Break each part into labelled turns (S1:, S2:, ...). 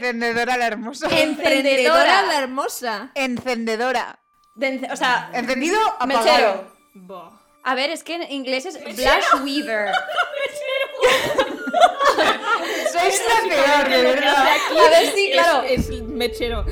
S1: Encendedora la hermosa.
S2: Emprendedora la hermosa.
S1: Encendedora.
S3: De ence- o sea,
S1: Encendido, apagado.
S3: mechero.
S4: Buah.
S3: A ver, es que en inglés es Blash Weaver.
S1: Sois la peor, de verdad.
S3: A ver si, claro.
S4: Es, es mechero.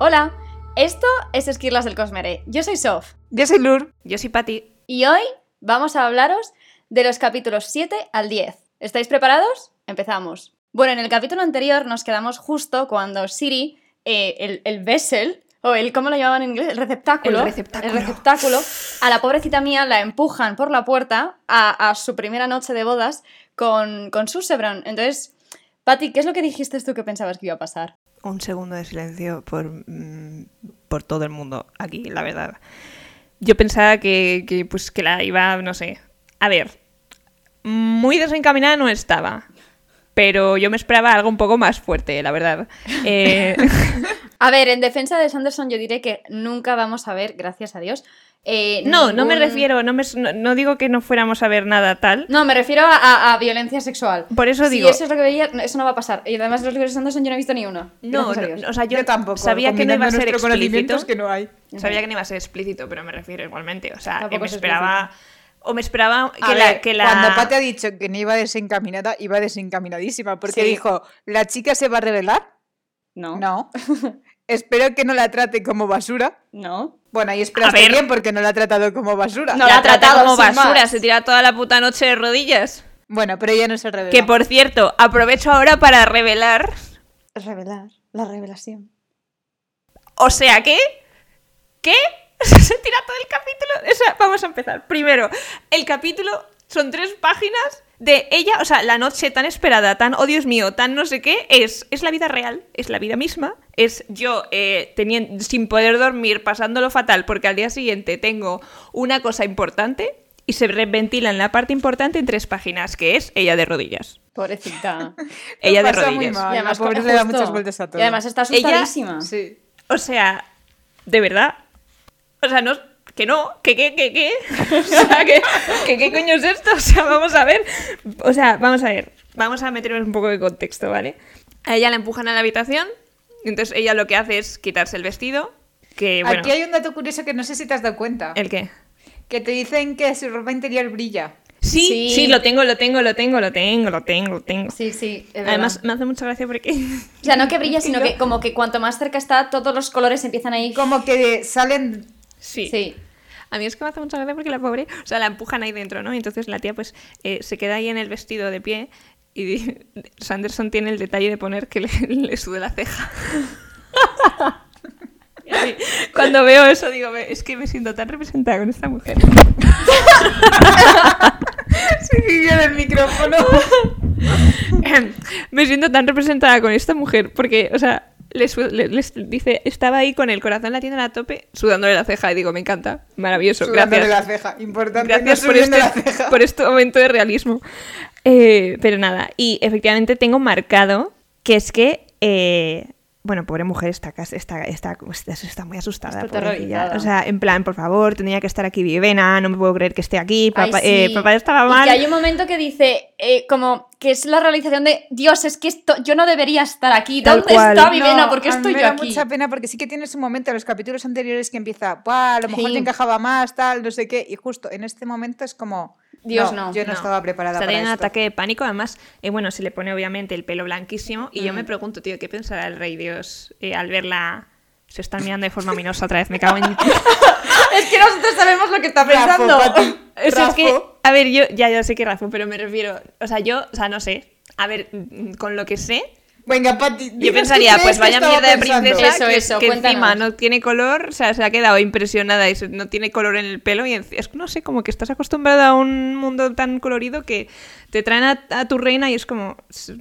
S3: Hola, esto es Esquirlas del Cosmere. Yo soy Sof.
S1: Yo soy Lur.
S4: Yo soy Patty.
S3: Y hoy vamos a hablaros de los capítulos 7 al 10. ¿Estáis preparados? Empezamos. Bueno, en el capítulo anterior nos quedamos justo cuando Siri, eh, el, el vessel, o el, ¿cómo lo llamaban en inglés? El receptáculo.
S1: El receptáculo.
S3: el receptáculo, A la pobrecita mía la empujan por la puerta a, a su primera noche de bodas con, con Susebron. Entonces, Patty, ¿qué es lo que dijiste tú que pensabas que iba a pasar?
S5: Un segundo de silencio por, mm, por todo el mundo aquí, la verdad. Yo pensaba que, que, pues, que la iba, no sé. A ver, muy desencaminada no estaba. Pero yo me esperaba algo un poco más fuerte, la verdad. Eh,
S3: A ver, en defensa de Sanderson yo diré que nunca vamos a ver, gracias a Dios. eh,
S5: no, no me
S3: ningún-
S5: refiero, no, me, no, no digo que no fuéramos a ver nada tal.
S3: No, me refiero a, a- a violencia sexual.
S5: Por eso
S3: Si
S5: digo-
S3: eso es lo que veía, no, eso no va a pasar. Y además los libros de Sanderson yo no he visto ni uno.
S5: No,
S3: gracias a
S5: no,
S3: Dios.
S5: o sea, Ah, yo,
S1: Yo tampoco.
S5: sabía que no iba a
S1: combinando
S5: ser
S1: nuestro conocimiento
S5: explícito.
S1: es que no hay.
S5: Sabía que no iba a ser explícito, pero me refiero igualmente. O sea,
S3: Tampoco
S5: eh, me
S3: es
S5: esperaba. O me esperaba que,
S1: A
S5: la,
S1: ver,
S5: que la-
S1: Cuando Pate ha dicho que no iba desencaminada, iba desencaminadísima, porque
S5: Sí.
S1: dijo, ¿la chica se va a revelar?
S3: No, no,
S1: No. Espero que no la trate como basura.
S3: no.
S1: Bueno, ahí esperaste
S5: A ver.
S1: bien porque no la ha tratado como basura.
S3: No. la ha tratado
S5: como
S3: sin
S5: basura,
S3: más.
S5: se tira toda la puta noche de rodillas.
S1: Bueno, pero ella no se revela.
S5: Que por cierto, aprovecho ahora para revelar.
S3: Revelar, la revelación.
S5: O sea que. ¿Qué? Se tira todo el capítulo. O sea, vamos a empezar. Primero, el capítulo son tres páginas de ella, o sea, la noche tan esperada, tan, oh Dios mío, tan no sé qué, es, es la vida real, es la vida misma, es yo eh, tenien- sin poder dormir, pasándolo fatal, porque al día siguiente tengo una cosa importante y se reventila en la parte importante en tres páginas, que es ella de rodillas.
S3: Pobrecita.
S5: Ella de
S1: pasa muy
S5: rodillas.
S1: mal. Ah, la pobre
S3: co-
S1: le da
S3: justo.
S1: muchas vueltas a todo.
S3: Y además está
S5: Ella-
S3: asustadísima.
S1: Sí.
S5: O sea, de verdad. O sea, no. Que no, que qué, que qué. O sea, que, que qué coño es esto. O sea, vamos a ver. O sea, vamos a ver. Vamos a meternos un poco de contexto, ¿vale? A ella la empujan a la habitación. Entonces ella lo que hace es quitarse el vestido. Que bueno.
S1: Aquí hay un dato curioso que no sé si te has dado cuenta.
S5: ¿El qué?
S1: Que te dicen que su ropa interior brilla.
S5: Sí,
S3: Sí.
S5: sí, lo tengo, lo tengo, lo tengo, lo tengo, lo tengo, lo tengo.
S3: Sí, sí. es verdad.
S5: Además, me hace mucha gracia porque.
S3: o sea, no que brilla, sino
S5: no.
S3: que como que cuanto más cerca está, todos los colores empiezan a ir.
S1: Como que salen...
S5: Sí.
S3: Sí.
S5: A mí es que me hace mucha gracia porque la pobre, o sea, la empujan ahí dentro, ¿no? Y entonces la tía pues eh, se queda ahí en el vestido de pie y di- Sanderson tiene el detalle de poner que le, le sube la ceja. Y a mí, Cuando veo eso digo, "Me- es que me siento tan representada con esta mujer.
S1: Sí, en el micrófono.
S5: me siento tan representada con esta mujer porque, o sea, le su- le- les dice, estaba ahí con el corazón latiendo a tope, sudándole la ceja y digo, me encanta, maravilloso,
S1: Sudándole
S5: gracias.
S1: la ceja. Importante
S5: Gracias
S1: no
S5: por
S1: subiendo
S5: este,
S1: la ceja.
S5: por este momento de realismo. Eh, pero nada, y efectivamente tengo marcado que es que. eh, bueno, pobre mujer está, cas- está, está, está, está muy asustada.
S3: Está
S5: pobrecilla.
S3: aterrorizada.
S5: O sea, en plan, por favor, tendría que estar aquí Vivena, no me puedo creer que esté aquí.
S3: Ay,
S5: Papá,
S3: sí.
S5: eh, papá estaba mal.
S3: Y que hay un momento que dice, eh, como que es la realización de Dios, es que esto, yo no debería estar aquí.
S5: Tal
S3: ¿Dónde
S5: cual.
S3: está
S5: No,
S3: mi vena? Ah, ¿Por qué
S1: a mí
S3: estoy
S1: me
S3: yo
S1: da
S3: aquí?
S1: mucha pena porque sí que tienes un momento en los capítulos anteriores que empieza, "Buah, a lo mejor
S3: Sí.
S1: te encajaba más, tal, no sé qué, y justo en este momento es como,
S3: Dios, no.
S1: yo no, estaba preparada
S5: Está
S1: para
S5: en un
S1: esto.
S5: ataque de pánico, además, eh, bueno, se le pone obviamente el pelo blanquísimo y yo
S3: Mm.
S5: me pregunto, tío, ¿qué pensará el rey Dios eh, al verla? Se está mirando de forma ominosa otra vez, me cago en...
S3: Es que nosotros sabemos lo que está
S1: Rafo,
S3: pensando.
S1: Pati,
S5: O sea, es que,
S1: Rafo.
S5: a ver, yo ya, ya sé que Rafa, pero me refiero, o sea, yo, o sea, no sé, a ver, mm, con lo que sé,
S1: Venga, Pati.
S5: Yo
S1: dinos
S5: pensaría,
S1: qué crees
S5: pues
S1: que
S5: vaya
S1: estaba
S5: mierda de
S1: pensando.
S5: princesa
S3: Eso,
S5: que,
S3: eso,
S5: que encima
S3: cuéntanos.
S5: no tiene color, o sea, se ha quedado impresionada y se- no tiene color en el pelo y en- es que no sé, como que estás acostumbrada a un mundo tan colorido que te traen a, a tu reina y es como s-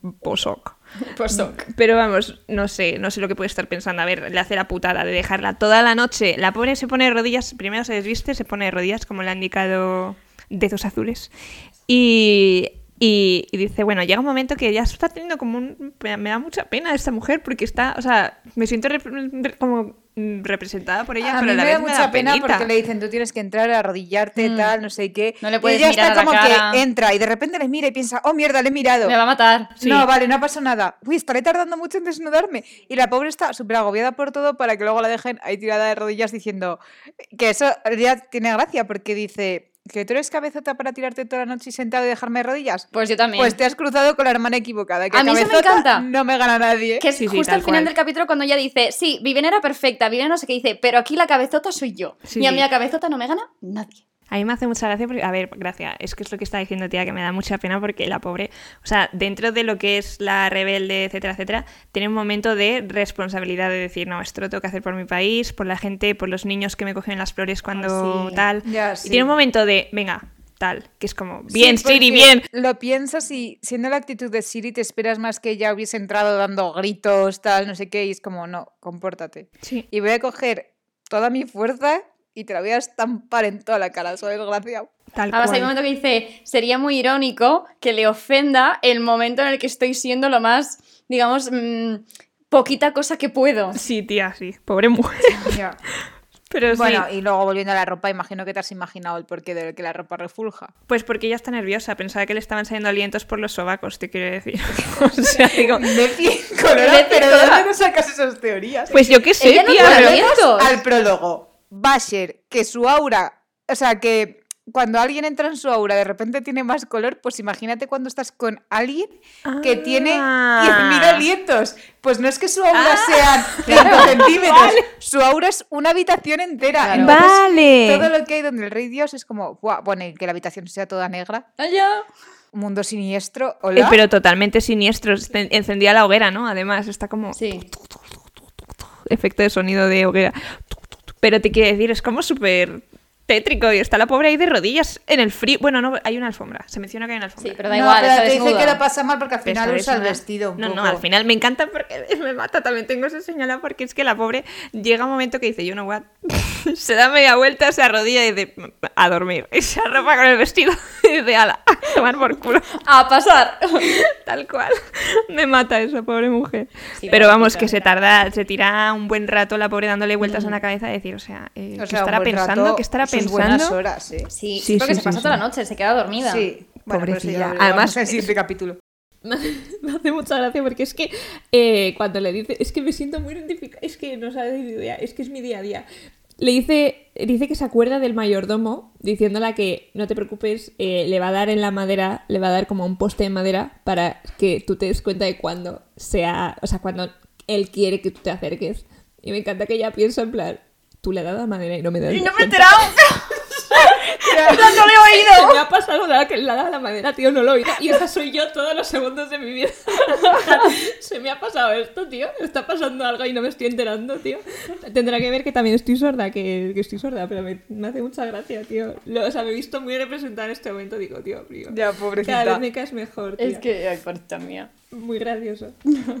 S5: bosoc.
S3: Pues ok.
S5: Pero vamos, no sé, no sé lo que puede estar pensando. A ver, le hace la putada de dejarla toda la noche. La pobre se pone de rodillas, primero se desviste, se pone de rodillas, como le han indicado dedos azules. Y, y, y dice, bueno, llega un momento que ya está teniendo como un... Me, me da mucha pena esta mujer porque está, o sea, me siento rep- re- como mm, representada por ella,
S1: a
S5: pero
S1: mí
S5: a la
S1: me
S5: vez
S1: da mucha pena
S5: penita.
S1: porque le dicen tú tienes que entrar a arrodillarte tal no sé qué
S3: Mm. No le puedes
S1: y ella
S3: mirar
S1: está
S3: a la
S1: como
S3: cara.
S1: que entra y de repente le mira y piensa oh mierda le he mirado
S3: Me va a matar.
S1: No, vale, no pasa nada. Uy, estaré tardando mucho en desnudarme. Y la pobre está súper agobiada por todo para que luego la dejen ahí tirada de rodillas diciendo que eso ya tiene gracia porque dice que tú eres cabezota para tirarte toda la noche y sentado y dejarme de rodillas.
S3: Pues yo también.
S1: Pues te has cruzado con la hermana equivocada. Que
S3: A mí eso me
S1: cabezota
S3: encanta.
S1: No me gana nadie.
S3: que es
S5: Sí, sí,
S3: justo
S5: tal
S3: al final
S5: cual.
S3: del capítulo cuando ella dice, sí, Vivian era perfecta, Vivian no sé qué dice, pero aquí la cabezota soy yo.
S5: Sí,
S3: y a
S5: sí.
S3: mí la cabezota no me gana nadie.
S5: A mí me hace mucha gracia porque, a ver, gracia, es que es lo que está diciendo tía, que me da mucha pena porque la pobre, o sea, dentro de lo que es la rebelde, etcétera, etcétera, tiene un momento de responsabilidad de decir, no, esto lo tengo que hacer por mi país, por la gente, por los niños que me cogen las flores cuando
S3: Ay, sí.
S5: tal.
S1: Ya,
S5: Y
S1: sí.
S5: tiene un momento de, venga, tal, que es como, bien,
S1: Sí,
S5: Siri,
S1: porque
S5: bien.
S1: Lo piensas y siendo la actitud de Siri te esperas más que ella hubiese entrado dando gritos, tal, no sé qué, y es como, no, compórtate.
S5: Sí.
S1: Y voy a coger toda mi fuerza y te la voy a estampar en toda la cara, soy desgraciado.
S5: Tal
S3: Además, hay
S5: cual.
S3: un momento que dice, sería muy irónico que le ofenda el momento en el que estoy siendo lo más, digamos, mm, poquita cosa que puedo.
S5: Sí, tía, sí. Pobre mujer. Pero
S1: Bueno,
S5: sí.
S1: y luego volviendo a la ropa, imagino que te has imaginado el porqué de que la ropa refulja.
S5: Pues porque ella está nerviosa. Pensaba que le estaban saliendo alientos por los sobacos, te quiero decir. o sea, digo.
S1: colorada,
S3: Defi
S1: pero ¿de
S3: colorada.
S1: dónde no sacas esas teorías?
S5: Pues yo qué sé,
S3: Ella no
S5: tía.
S3: tiene
S5: pero-
S3: alientos.
S1: Volvemos al prólogo. Basher, que su aura, o sea, que cuando alguien entra en su aura de repente tiene más color, pues imagínate cuando estás con alguien que tiene
S5: Ah.
S1: 10.000 alientos. Pues no es que su aura sean 5 centímetros, su aura es una habitación entera.
S3: Claro.
S1: Entonces,
S5: Vale.
S1: Todo lo que hay donde el rey Dios es como, "Buah", bueno, y que la habitación sea toda negra,
S3: Allá.
S1: mundo siniestro, hola.
S5: Eh, pero totalmente siniestro. Este- Encendía la hoguera, ¿no? Además, está como
S3: Sí.
S5: efecto de sonido de hoguera. Pero te quiero decir, es como súper tétrico y está la pobre ahí de rodillas en el frío. Bueno, no, hay una alfombra. Se menciona que hay una alfombra.
S3: Sí, pero da
S1: No,
S3: igual,
S1: pero
S3: está
S1: te dice que
S3: desnuda.
S1: lo pasa mal porque al
S5: Pero
S1: final
S5: esta vez
S1: usa el
S5: una-
S1: vestido un
S5: No,
S1: poco.
S5: no, al final me encanta porque me mata, también tengo eso señalado porque es que la pobre llega un momento que dice, yo no what, se da media vuelta, se arrodilla y dice, a dormir. Y se arropa con el vestido y dice, ala, a tomar por culo.
S3: A pasar.
S5: Tal cual. Me mata esa pobre mujer.
S3: Sí,
S5: Pero vamos,
S3: pobrecita.
S5: que se tarda, se tira un buen rato la pobre dándole vueltas en la cabeza y decir, o sea, eh,
S1: Mm. O
S5: ¿qué
S1: sea, un
S5: estará
S1: buen
S5: pensando?
S1: rato,
S5: ¿Qué estará
S1: sus buenas
S5: pensando?
S1: horas, ¿eh?
S3: Sí,
S5: Sí,
S3: sí, porque
S5: sí,
S3: se pasa
S5: sí,
S3: toda
S5: sí.
S3: la noche, se queda dormida.
S1: Sí, bueno, pero eso ya
S5: Pobrecilla.
S1: lo hablamos
S5: Además,
S1: en el siguiente este capítulo.
S5: Me hace mucha gracia porque es que eh, cuando le dice, es que me siento muy identificada, es que no sabe mi idea, es que es mi día a día. Le dice, dice que se acuerda del mayordomo, diciéndola que no te preocupes, eh, le va a dar en la madera, le va a dar como un poste de madera para que tú te des cuenta de cuando sea, o sea, cuando él quiere que tú te acerques. Y me encanta que ella piensa en plan, tú le has dado a madera y no me das.
S3: Y no me he
S5: cuenta".
S3: enterado. no lo he oído.
S5: Se me ha pasado la que la, la madera, tío, no lo oí. Y esa soy yo todos los segundos de mi vida. Se me ha pasado esto, tío. Está pasando algo y no me estoy enterando, tío. Tendrá que ver que también estoy sorda, que, que estoy sorda, pero me, me hace mucha gracia, tío. Lo- o sea, me he visto muy representada en este momento, digo, tío, tío.
S1: Ya,
S5: Cada
S1: pobrecita.
S5: vez me caes mejor, tío.
S3: Es que, ay, pobrecita mía.
S5: Muy gracioso.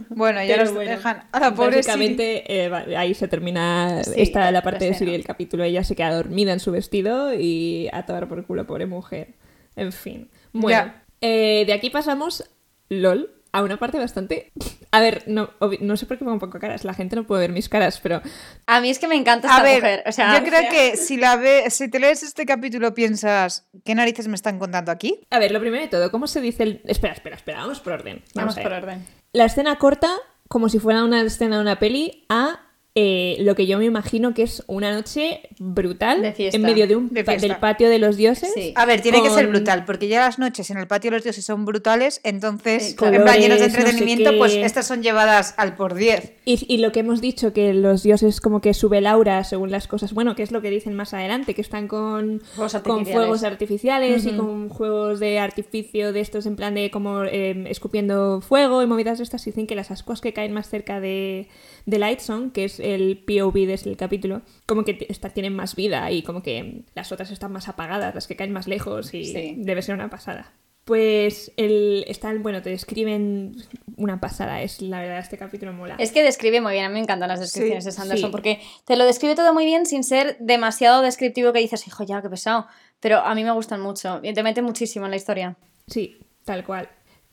S1: Bueno, ya
S5: Pero
S1: nos
S5: bueno,
S1: dejan a la pobre Siri.
S5: Básicamente, eh, va- ahí se termina
S3: Sí,
S5: esta, la
S3: la
S5: parte de
S3: escena.
S5: Siri del capítulo. Ella se queda dormida en su vestido y a tomar por culo, pobre mujer. En fin. Bueno,
S1: Ya.
S5: eh, de aquí pasamos, LOL, a una parte bastante... A ver, no, obvi- no sé por qué pongo un poco caras. La gente no puede ver mis caras, pero...
S3: A mí es que me encanta esta
S1: A ver,
S3: mujer. O sea,
S1: yo creo que si la ve, si te lees este capítulo piensas, ¿qué narices me están contando aquí?
S5: A ver, lo primero de todo, ¿cómo se dice el...? Espera, espera, espera. Vamos por orden.
S3: Vamos
S5: a
S3: por
S5: ver.
S3: orden.
S5: La escena corta, como si fuera una escena de una peli, a eh, lo que yo me imagino que es una noche brutal
S3: De fiesta.
S5: en medio de un
S1: De
S5: pa-
S1: fiesta.
S5: del patio de los dioses.
S3: Sí.
S1: A ver, tiene que ser
S5: Con-
S1: brutal, porque ya las noches en el patio de los dioses son brutales, entonces,
S3: Sí, claro.
S1: en plan llenos de
S5: Colores, no sé
S1: entretenimiento, pues
S5: qué.
S1: estas son llevadas al por 10.
S5: Y, y lo que hemos dicho, que los dioses como que sube el aura según las cosas, bueno, que es lo que dicen más adelante, que están con,
S3: Fuegos
S5: con
S3: artificiales.
S5: fuegos artificiales y
S3: Ujú.
S5: con juegos de artificio de estos en plan de como eh, escupiendo fuego y movidas de estas, dicen que las ascuas que caen más cerca de, de Lightsong, que es el POV de el capítulo, como que t- esta- tienen más vida y como que las otras están más apagadas, las que caen más lejos y
S3: Sí.
S5: debe ser una pasada. Pues el, están, bueno, te describen una pasada, es la verdad, este capítulo mola.
S3: Es que describe muy bien, a mí me encantan las descripciones
S5: Sí,
S3: de Sanderson,
S5: sí.
S3: porque te lo describe todo muy bien sin ser demasiado descriptivo que dices, hijo, ya, qué pesado. Pero a mí me gustan mucho y te mete muchísimo en la historia.
S5: Sí, tal cual.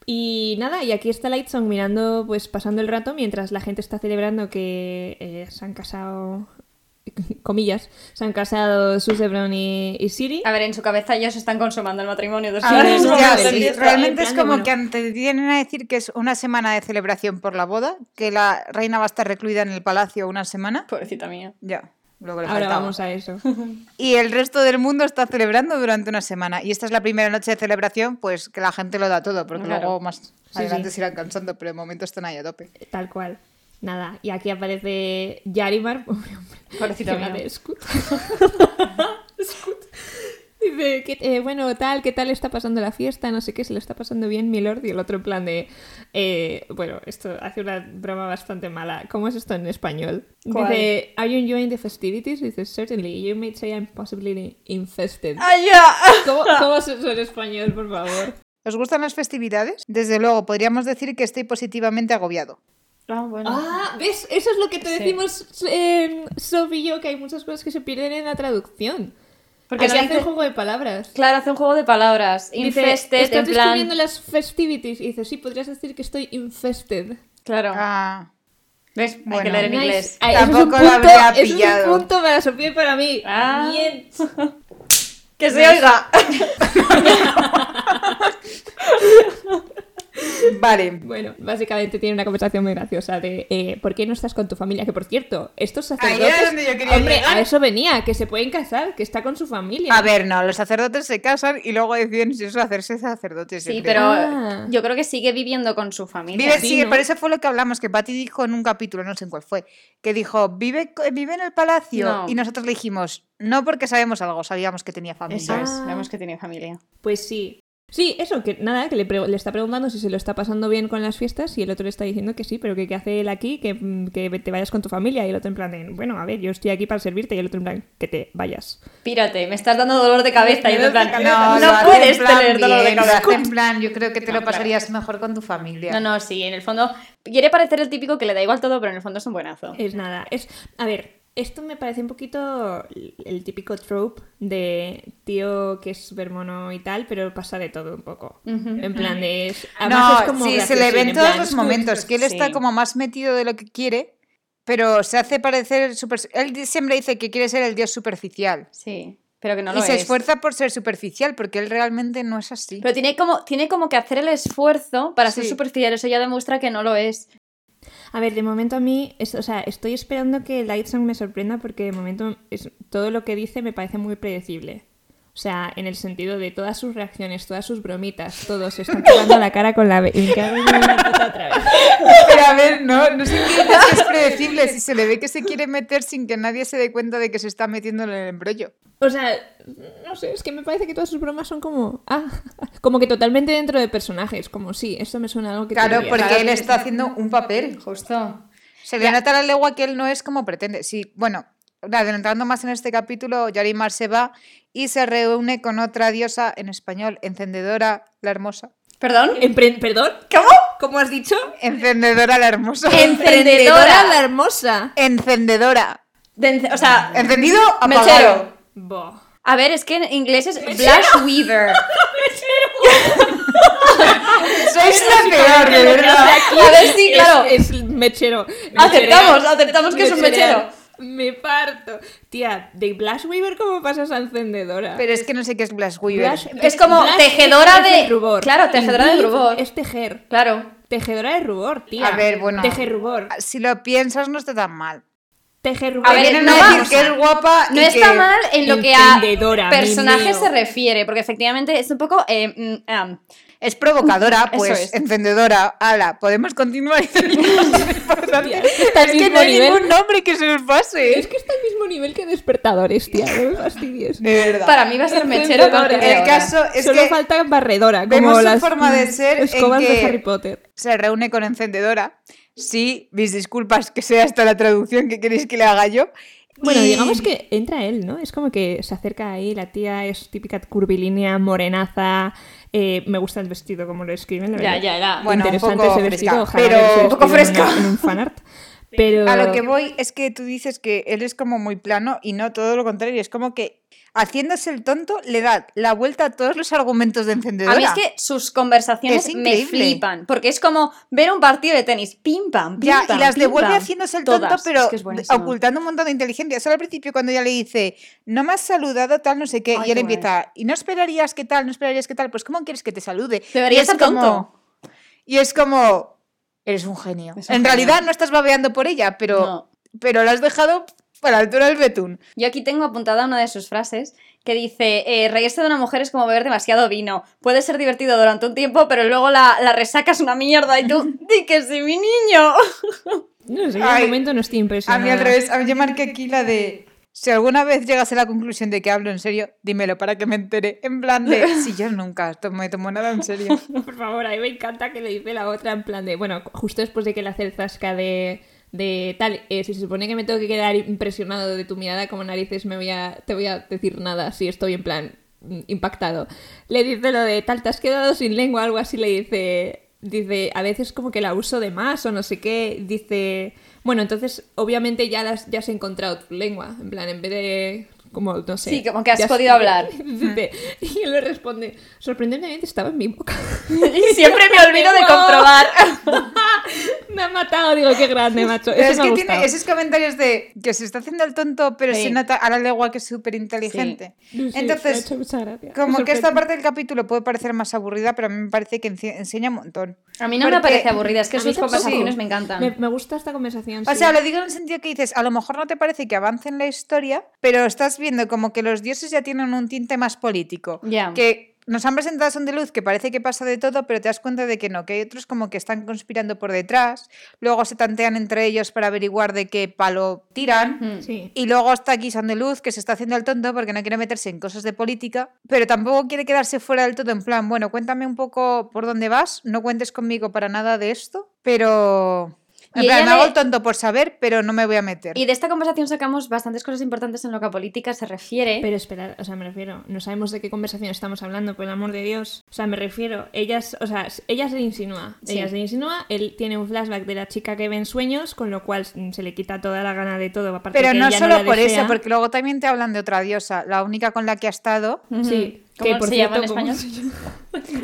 S5: Y nada, y aquí está Lightsong mirando, pues pasando el rato mientras la gente está celebrando que eh, se han casado, comillas, se han casado Susebron y, y Siri.
S3: A ver, en su cabeza ellos están consumando el matrimonio. dos
S1: A
S5: Sí,
S1: ver,
S3: horas.
S5: no,
S1: Ah, ya, sí,
S5: no, sí, en
S1: realmente
S5: plan
S1: es
S5: de,
S1: como
S5: bueno.
S1: que te vienen a decir que es una semana de celebración por la boda, que la reina va a estar recluida en el palacio una semana.
S3: Pobrecita mía.
S1: Ya, lo que le
S5: Ahora
S1: faltaba.
S5: vamos a eso.
S1: Y el resto del mundo está celebrando durante una semana. Y esta es la primera noche de celebración, pues que la gente lo da todo, porque
S3: Claro.
S1: luego más adelante
S5: sí.
S1: se irán cansando, pero de momento están ahí a tope.
S5: Tal cual. Nada, y aquí aparece Yarimar, pobre hombre.
S3: Pobrecito
S5: que
S3: mío.
S5: habla de Scoot. Scoot. Dice, que, eh, bueno, tal, ¿qué tal está pasando la fiesta? No sé qué, se lo está pasando bien Milord. Y el otro en plan de, eh, bueno, esto hace una broma bastante mala. ¿Cómo es esto en español?
S3: ¿Cuál?
S5: Dice, ¿Are you enjoying the festivities? Dice, certainly, you may say I'm possibly infested.
S3: Ah,
S6: ¡Ay, ya!
S5: ¿Cómo, cómo se suena en español, por favor?
S1: ¿Os gustan las festividades? Desde luego, podríamos decir que estoy positivamente agobiado.
S3: Ah, bueno.
S5: Ah, ¿ves? Eso es lo que te
S3: Sí.
S5: decimos, eh, Sof y yo, que hay muchas cosas que se pierden en la traducción.
S3: Porque
S5: Aquí
S3: si
S5: hace
S3: hace-
S5: un juego de palabras.
S3: Claro, hace un juego de palabras.
S5: Dice,
S3: Infested,
S5: estás
S3: en plan.
S5: describiendo las festivities. Y dice, sí, podrías decir que estoy infested.
S3: Claro.
S1: Ah,
S3: ¿Ves? Hay
S1: bueno.
S3: que leer en
S1: Nice.
S3: inglés.
S5: Ay, eso es un
S1: Tampoco lo
S5: punto-
S1: habría
S5: eso es
S1: pillado.
S5: un punto para Sofía y para mí.
S3: Ah.
S5: Bien. Pues
S6: ¡Que se oiga!
S1: vale.
S5: Bueno, básicamente tiene una conversación muy graciosa de eh, ¿por qué no estás con tu familia? Que por cierto, estos sacerdotes...
S1: Ahí era donde yo quería
S5: hombre,
S1: llegar.
S5: a eso venía, que se pueden casar, que está con su familia.
S1: A ver, no, los sacerdotes se casan y luego deciden si eso hacerse sacerdotes. yo
S3: Sí,
S1: creo.
S3: pero
S5: Ah.
S3: yo creo que sigue viviendo con su familia.
S1: Vive,
S5: Sí,
S1: sí,
S5: ¿no?
S1: por eso fue lo que hablamos, que Patty dijo en un capítulo, no sé en cuál fue, que dijo, vive, co- vive en el palacio.
S3: No.
S1: Y nosotros le dijimos, no porque sabemos algo, sabíamos que tenía familia.
S3: Eso es,
S5: Ah.
S3: vemos que tiene familia.
S5: Pues sí. Sí, eso, que nada, que le, pre- le está preguntando si se lo está pasando bien con las fiestas y el otro le está diciendo que sí, pero que qué hace él aquí, que, mm, que te vayas con tu familia y el otro en plan, de, bueno, a ver, yo estoy aquí para servirte y el otro en plan, que te vayas.
S3: Pírate, me estás dando dolor de cabeza. Y yo en plan,
S1: No,
S3: no,
S1: lo hace
S3: puedes
S1: en plan
S3: tener dolor de
S1: bien, lo
S3: cabeza.
S1: hace en plan, yo creo que te
S3: No,
S1: lo
S3: claro.
S1: pasarías mejor con tu familia.
S3: No, no, sí, en el fondo quiere parecer el típico que le da igual todo, pero en el fondo es un buenazo.
S5: Es nada, es... A ver, esto me parece un poquito el típico trope de tío que es súper mono y tal, pero pasa de todo un poco. En plan de... es- además
S1: No,
S5: es como
S1: sí, se
S5: graciosín,
S1: le ven
S5: en
S1: todos
S5: plan,
S1: los momentos, que él
S3: sí.
S1: está como más metido de lo que quiere, pero se hace parecer super... Él siempre dice que quiere ser el dios superficial.
S3: Sí, pero que no
S1: y
S3: lo
S1: se
S3: es.
S1: esfuerza por ser superficial, porque él realmente no es así.
S3: Pero tiene como, tiene como que hacer el esfuerzo para ser
S1: Sí.
S3: superficial, eso ya demuestra que no lo es.
S5: A ver, de momento a mí, es- o sea, estoy esperando que Lightsong me sorprenda porque de momento es, todo lo que dice me parece muy predecible. O sea, en el sentido de todas sus reacciones, todas sus bromitas, todo se está pegando la cara con la... be- y me cago en la puta otra vez.
S1: Pero a ver, no, no sé qué dices que es predecible. Si se le ve que se quiere meter sin que nadie se dé cuenta de que se está metiendo en el embrollo.
S5: O sea, no sé, es que me parece que todas sus bromas son como... Ah, como que totalmente dentro de personajes, como sí, esto me suena a algo que...
S1: Claro,
S5: tendría".
S1: porque él está haciendo un papel.
S3: Justo.
S1: Se le nota la legua que él no es como pretende. Sí, bueno, adelantando más en este capítulo, Yarimar se va y se reúne con otra diosa en español, encendedora la hermosa.
S3: ¿Perdón?
S5: Empre- ¿Perdón? ¿Cómo? ¿Cómo has dicho?
S1: Encendedora la hermosa.
S3: Emprendedora.
S2: la hermosa.
S1: Encendedora.
S3: De ence- o sea, eh,
S1: ¿Encendido? Apagado.
S3: mechero.
S5: Boh.
S3: A ver, es que en inglés es Blush Weaver.
S1: Sois la peor, de verdad.
S3: A ver si, claro.
S5: Es, es mechero.
S3: Aceptamos,
S5: Mechero.
S3: aceptamos que es un mechero.
S5: Me parto. Tía, de Blash Weaver, ¿cómo pasas a encendedora?
S1: Pero es que no sé qué es Blash Weaver.
S5: Blash-
S3: Es como tejedora
S5: es
S3: de-
S5: el rubor.
S3: claro, tejedora
S5: Y
S3: de
S5: Weave
S3: rubor.
S5: Es tejer.
S3: Claro.
S5: Tejedora de rubor, tía.
S1: A ver, bueno.
S5: Tejer rubor.
S1: Si lo piensas, no está tan mal.
S5: TG Rubén.
S3: A ver,
S1: vienen
S3: no
S1: a decir
S3: vamos
S1: que es guapa y
S3: No está
S1: que-
S3: mal en lo que a
S5: Emprendedora, mi
S3: personaje
S5: mío.
S3: se refiere, porque efectivamente es un poco... eh, mm, am.
S1: Es provocadora,
S3: Eso
S1: pues,
S3: es.
S1: encendedora. Hala, podemos continuar. es
S5: Tía,
S1: importante.
S5: es que está al
S1: Es que
S5: mismo
S1: no hay
S5: nivel-
S1: ningún nombre que se nos
S5: Es
S1: pase.
S5: que está al mismo nivel que despertadores, tía. No me fastidies.
S1: De verdad.
S3: Para mí va a ser mechero a partir de
S1: El
S3: ahora.
S1: caso es
S5: Solo
S1: que
S5: falta barredora, como
S1: vemos su
S5: las
S1: forma de ser en
S5: escobas de
S1: que-
S5: Harry Potter.
S1: se reúne con encendedora. Sí, mis disculpas que sea hasta la traducción que queréis que le haga yo.
S5: Bueno,
S1: Y-
S5: digamos que entra él, ¿no? Es como que se acerca ahí, la tía es típica curvilínea, morenaza. eh, me gusta el vestido, como lo escriben, la
S3: Ya,
S5: verdad.
S3: ya, ya.
S1: Bueno, un
S5: Interesante
S1: poco
S5: ese vestido,
S1: fresca,
S5: ojalá
S1: pero-
S5: hubiese
S1: Un
S5: vestido
S3: poco fresca.
S5: En, una- en un fanart. Pero...
S1: A lo que voy es que tú dices que él es como muy plano y no todo lo contrario. Es como que haciéndose el tonto le da la vuelta a todos los argumentos de encendedora.
S3: A mí es que sus conversaciones
S1: Es
S3: me
S1: increíble.
S3: flipan, porque es como ver un partido de tenis, pim pam, pim
S1: Ya,
S3: pam,
S1: y las
S3: pim,
S1: devuelve
S3: pam.
S1: haciéndose el
S3: Todas.
S1: tonto, pero
S3: Es que es buenísimo.
S1: ocultando un montón de inteligencia. Solo al principio cuando ella le dice, no me has saludado, tal, no sé qué,
S3: Ay,
S1: y él
S3: qué
S1: empieza, y no esperarías que tal, no esperarías que tal, pues ¿cómo quieres que te salude?
S3: Debería
S1: y es
S3: ser tonto.
S1: Y es como, eres un genio.
S3: Es un
S1: en
S3: genio.
S1: realidad no estás babeando por ella, pero,
S3: No.
S1: pero lo has dejado a la altura del betún.
S3: Yo aquí tengo apuntada una de sus frases que dice, eh, reírse de una mujer es como beber demasiado vino. Puede ser divertido durante un tiempo, pero luego la, la resaca es una mierda y tú, di que sí, mi niño.
S5: No sé, en
S1: Ay,
S5: el momento no estoy
S1: A
S5: impresionada.
S1: mí al revés, a mí yo marqué aquí la de... Si alguna vez llegas a la conclusión de que hablo en serio, dímelo para que me entere. En plan de, si yo nunca to- me tomo nada en serio.
S5: Por favor, a mí me encanta que le dice la otra en plan de, bueno, justo después de que le hace el zasca de, de tal, eh, si se supone que me tengo que quedar impresionado de tu mirada como narices, me voy a, te voy a decir nada si estoy en plan mm, impactado. Le dice lo de tal, te has quedado sin lengua, algo así le dice, dice, a veces como que la uso de más o no sé qué, dice, bueno, entonces obviamente ya, las, ya has encontrado tu lengua, en plan, en vez de... Como, no sé.
S3: Sí, como que has
S5: ya
S3: podido hablar.
S5: Dice- y él le responde, sorprendentemente estaba en mi boca.
S3: Y siempre me olvido de
S5: Wow.
S3: comprobar.
S5: me ha matado, digo, qué grande, macho.
S1: Pero
S5: Eso
S1: es
S5: me ha
S1: que tiene
S5: gustado.
S1: esos comentarios de que se está haciendo el tonto, pero
S3: Sí.
S1: se nota a la legua que es súper inteligente.
S5: No sé, me ha
S1: Entonces,
S5: hecho mucha gracia.
S1: como
S5: Me
S1: que esta
S5: sorprende.
S1: parte del capítulo puede parecer más aburrida, pero a mí me parece que enci- enseña un montón.
S3: A mí no me
S1: Porque-
S3: parece aburrida, es que
S5: A mí
S3: sus
S5: tampoco.
S3: conversaciones me encantan.
S5: Me, me gusta esta conversación.
S1: O
S5: sí.
S1: sea, lo digo en el sentido que dices, a lo mejor no te parece que avance en la historia, pero estás viendo como que los dioses ya tienen un tinte más político.
S3: Ya.
S1: Que nos han presentado a Son de Luz, que parece que pasa de todo, pero te das cuenta de que no, que hay otros como que están conspirando por detrás, luego se tantean entre ellos para averiguar de qué palo tiran.
S3: Mm.
S5: Sí.
S1: Y luego está aquí Sandeluz, que se está haciendo el tonto porque no quiere meterse en cosas de política, pero tampoco quiere quedarse fuera del todo en plan, bueno, cuéntame un poco por dónde vas, no cuentes conmigo para nada de esto, pero... En
S3: Y
S1: plan,
S3: ella
S1: me hago
S3: le-
S1: el tonto por saber, pero no me voy a meter.
S3: Y de esta conversación sacamos bastantes cosas importantes en lo que a política se refiere.
S5: Pero esperad, o sea, me refiero, no sabemos de qué conversación estamos hablando, por el amor de Dios. O sea, me refiero, ellas, o sea, ellas le insinúa,
S3: Sí.
S5: ellas le insinúa, él tiene un flashback de la chica que ve en sueños, con lo cual mm, se le quita toda la gana de todo, aparte
S1: Pero
S5: que
S1: no
S5: ella
S1: solo
S5: la
S1: por
S5: desea.
S1: eso, porque luego también te hablan de otra diosa, la única con la que ha estado.
S3: Ujú.
S5: Sí,
S3: ¿Cómo
S5: que por
S3: se
S5: cierto,
S3: llama en
S5: como-
S3: español?
S1: No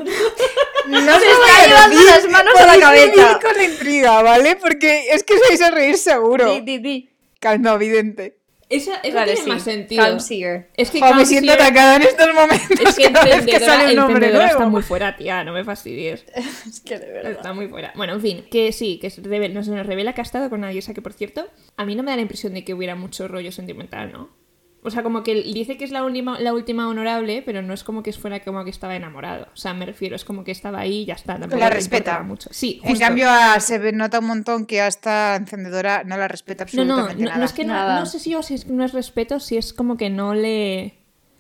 S1: se
S3: está llevando las manos a la cabeza.
S1: con la intriga, ¿vale? Porque es que os vais a reír seguro.
S3: Di, di, di.
S1: Calma, evidente.
S5: Esa, esa
S3: Vale,
S5: tiene
S3: sí.
S5: más sentido.
S3: Calm Seer.
S5: Es que
S1: Jo, Oh, me
S5: Calm
S1: siento
S3: eh.
S5: Seer-
S1: atacada en estos momentos.
S5: Es que
S1: cada vez que
S5: encendedora,
S1: sale un nombre
S5: encendedora está
S1: nuevo.
S5: muy fuera, tía, no me fastidies.
S3: Es que de verdad.
S5: Está muy fuera. Bueno, en fin, que sí, que se, revela, no se nos revela que ha estado con una diosa que, por cierto, a mí no me da la impresión de que hubiera mucho rollo sentimental, ¿no? O sea, como que él dice que es la última, la última honorable, pero no es como que fuera como que estaba enamorado. O sea, me refiero, es como que estaba ahí y ya está. tampoco
S1: La
S5: le
S1: respeta.
S5: importaba Mucho. Sí,
S1: En
S5: justo.
S1: cambio, a- se ve- nota un montón que a esta encendedora no la respeta
S5: No, no, no,
S1: absolutamente
S5: no
S1: nada.
S5: es que no,
S3: Nada.
S5: no sé si, o si es, no es respeto, si es como que no le...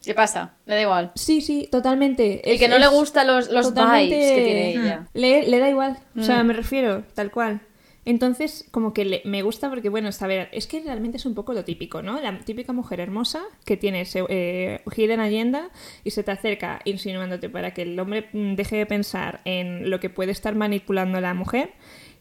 S3: ¿Qué pasa? Le da igual.
S5: Sí, sí, totalmente.
S3: El
S5: Es-
S3: que no le
S5: es
S3: gustan los, los
S5: totalmente-
S3: vibes que tiene ella. Mm.
S5: Le, le da igual, o sea, me refiero, tal cual. Entonces, como que le- me gusta porque, bueno, saber, es que realmente es un poco lo típico, ¿no? La típica mujer hermosa que tiene ese, eh, hidden agenda y se te acerca insinuándote para que el hombre mm, deje de pensar en lo que puede estar manipulando la mujer.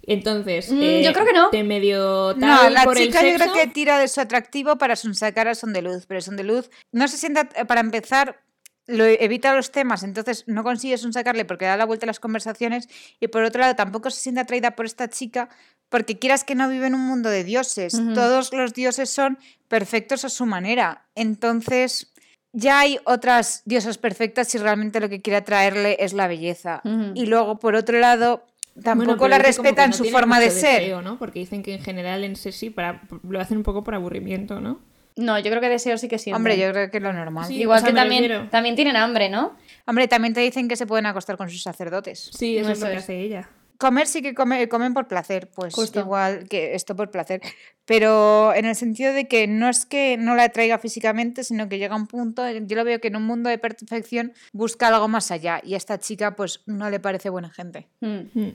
S5: Entonces,
S3: Mm, yo creo que no.
S5: te medio
S1: No,
S5: tal
S1: la
S5: por el
S1: chica yo creo
S5: sexo.
S1: que tira de su atractivo para sonsacar a Son de Luz, pero Son de Luz no se sienta, eh, para empezar, lo evita los temas, entonces no consigue sonsacarle porque da la vuelta a las conversaciones y por otro lado tampoco se siente atraída por esta chica porque quieras que no vive en un mundo de dioses,
S3: Ujú.
S1: todos los dioses son perfectos a su manera, entonces ya hay otras
S5: Mm.
S1: diosas perfectas si realmente lo que quiere atraerle es la belleza.
S3: Ujú.
S1: Y luego, por otro lado, Tampoco
S5: pero
S1: la
S5: es que como que
S1: respetan
S5: no
S1: su
S5: tiene
S1: forma de
S5: mucho
S1: ser.
S5: deseo, ¿no? Porque dicen que en general en Sesi para, lo hacen un poco por aburrimiento, ¿no?
S3: No, yo creo que deseo sí que sienten.
S1: Hombre, yo creo que es lo normal.
S5: Sí.
S3: Igual
S5: o sea,
S3: que
S5: me
S3: también,
S5: refiero.
S3: también tienen hambre, ¿no?
S1: Hombre, también te dicen que se pueden acostar con sus sacerdotes.
S5: Sí, eso
S3: No,
S5: es lo
S3: eso
S5: que
S3: es.
S5: hace ella.
S1: Comer sí que come- comen por placer, pues
S3: Justo.
S1: igual que esto por placer. Pero en el sentido de que no es que no la atraiga físicamente, sino que llega un punto, yo lo veo que en un mundo de perfección busca algo más allá y a esta chica pues no le parece buena gente.
S3: Mm.
S5: Mm.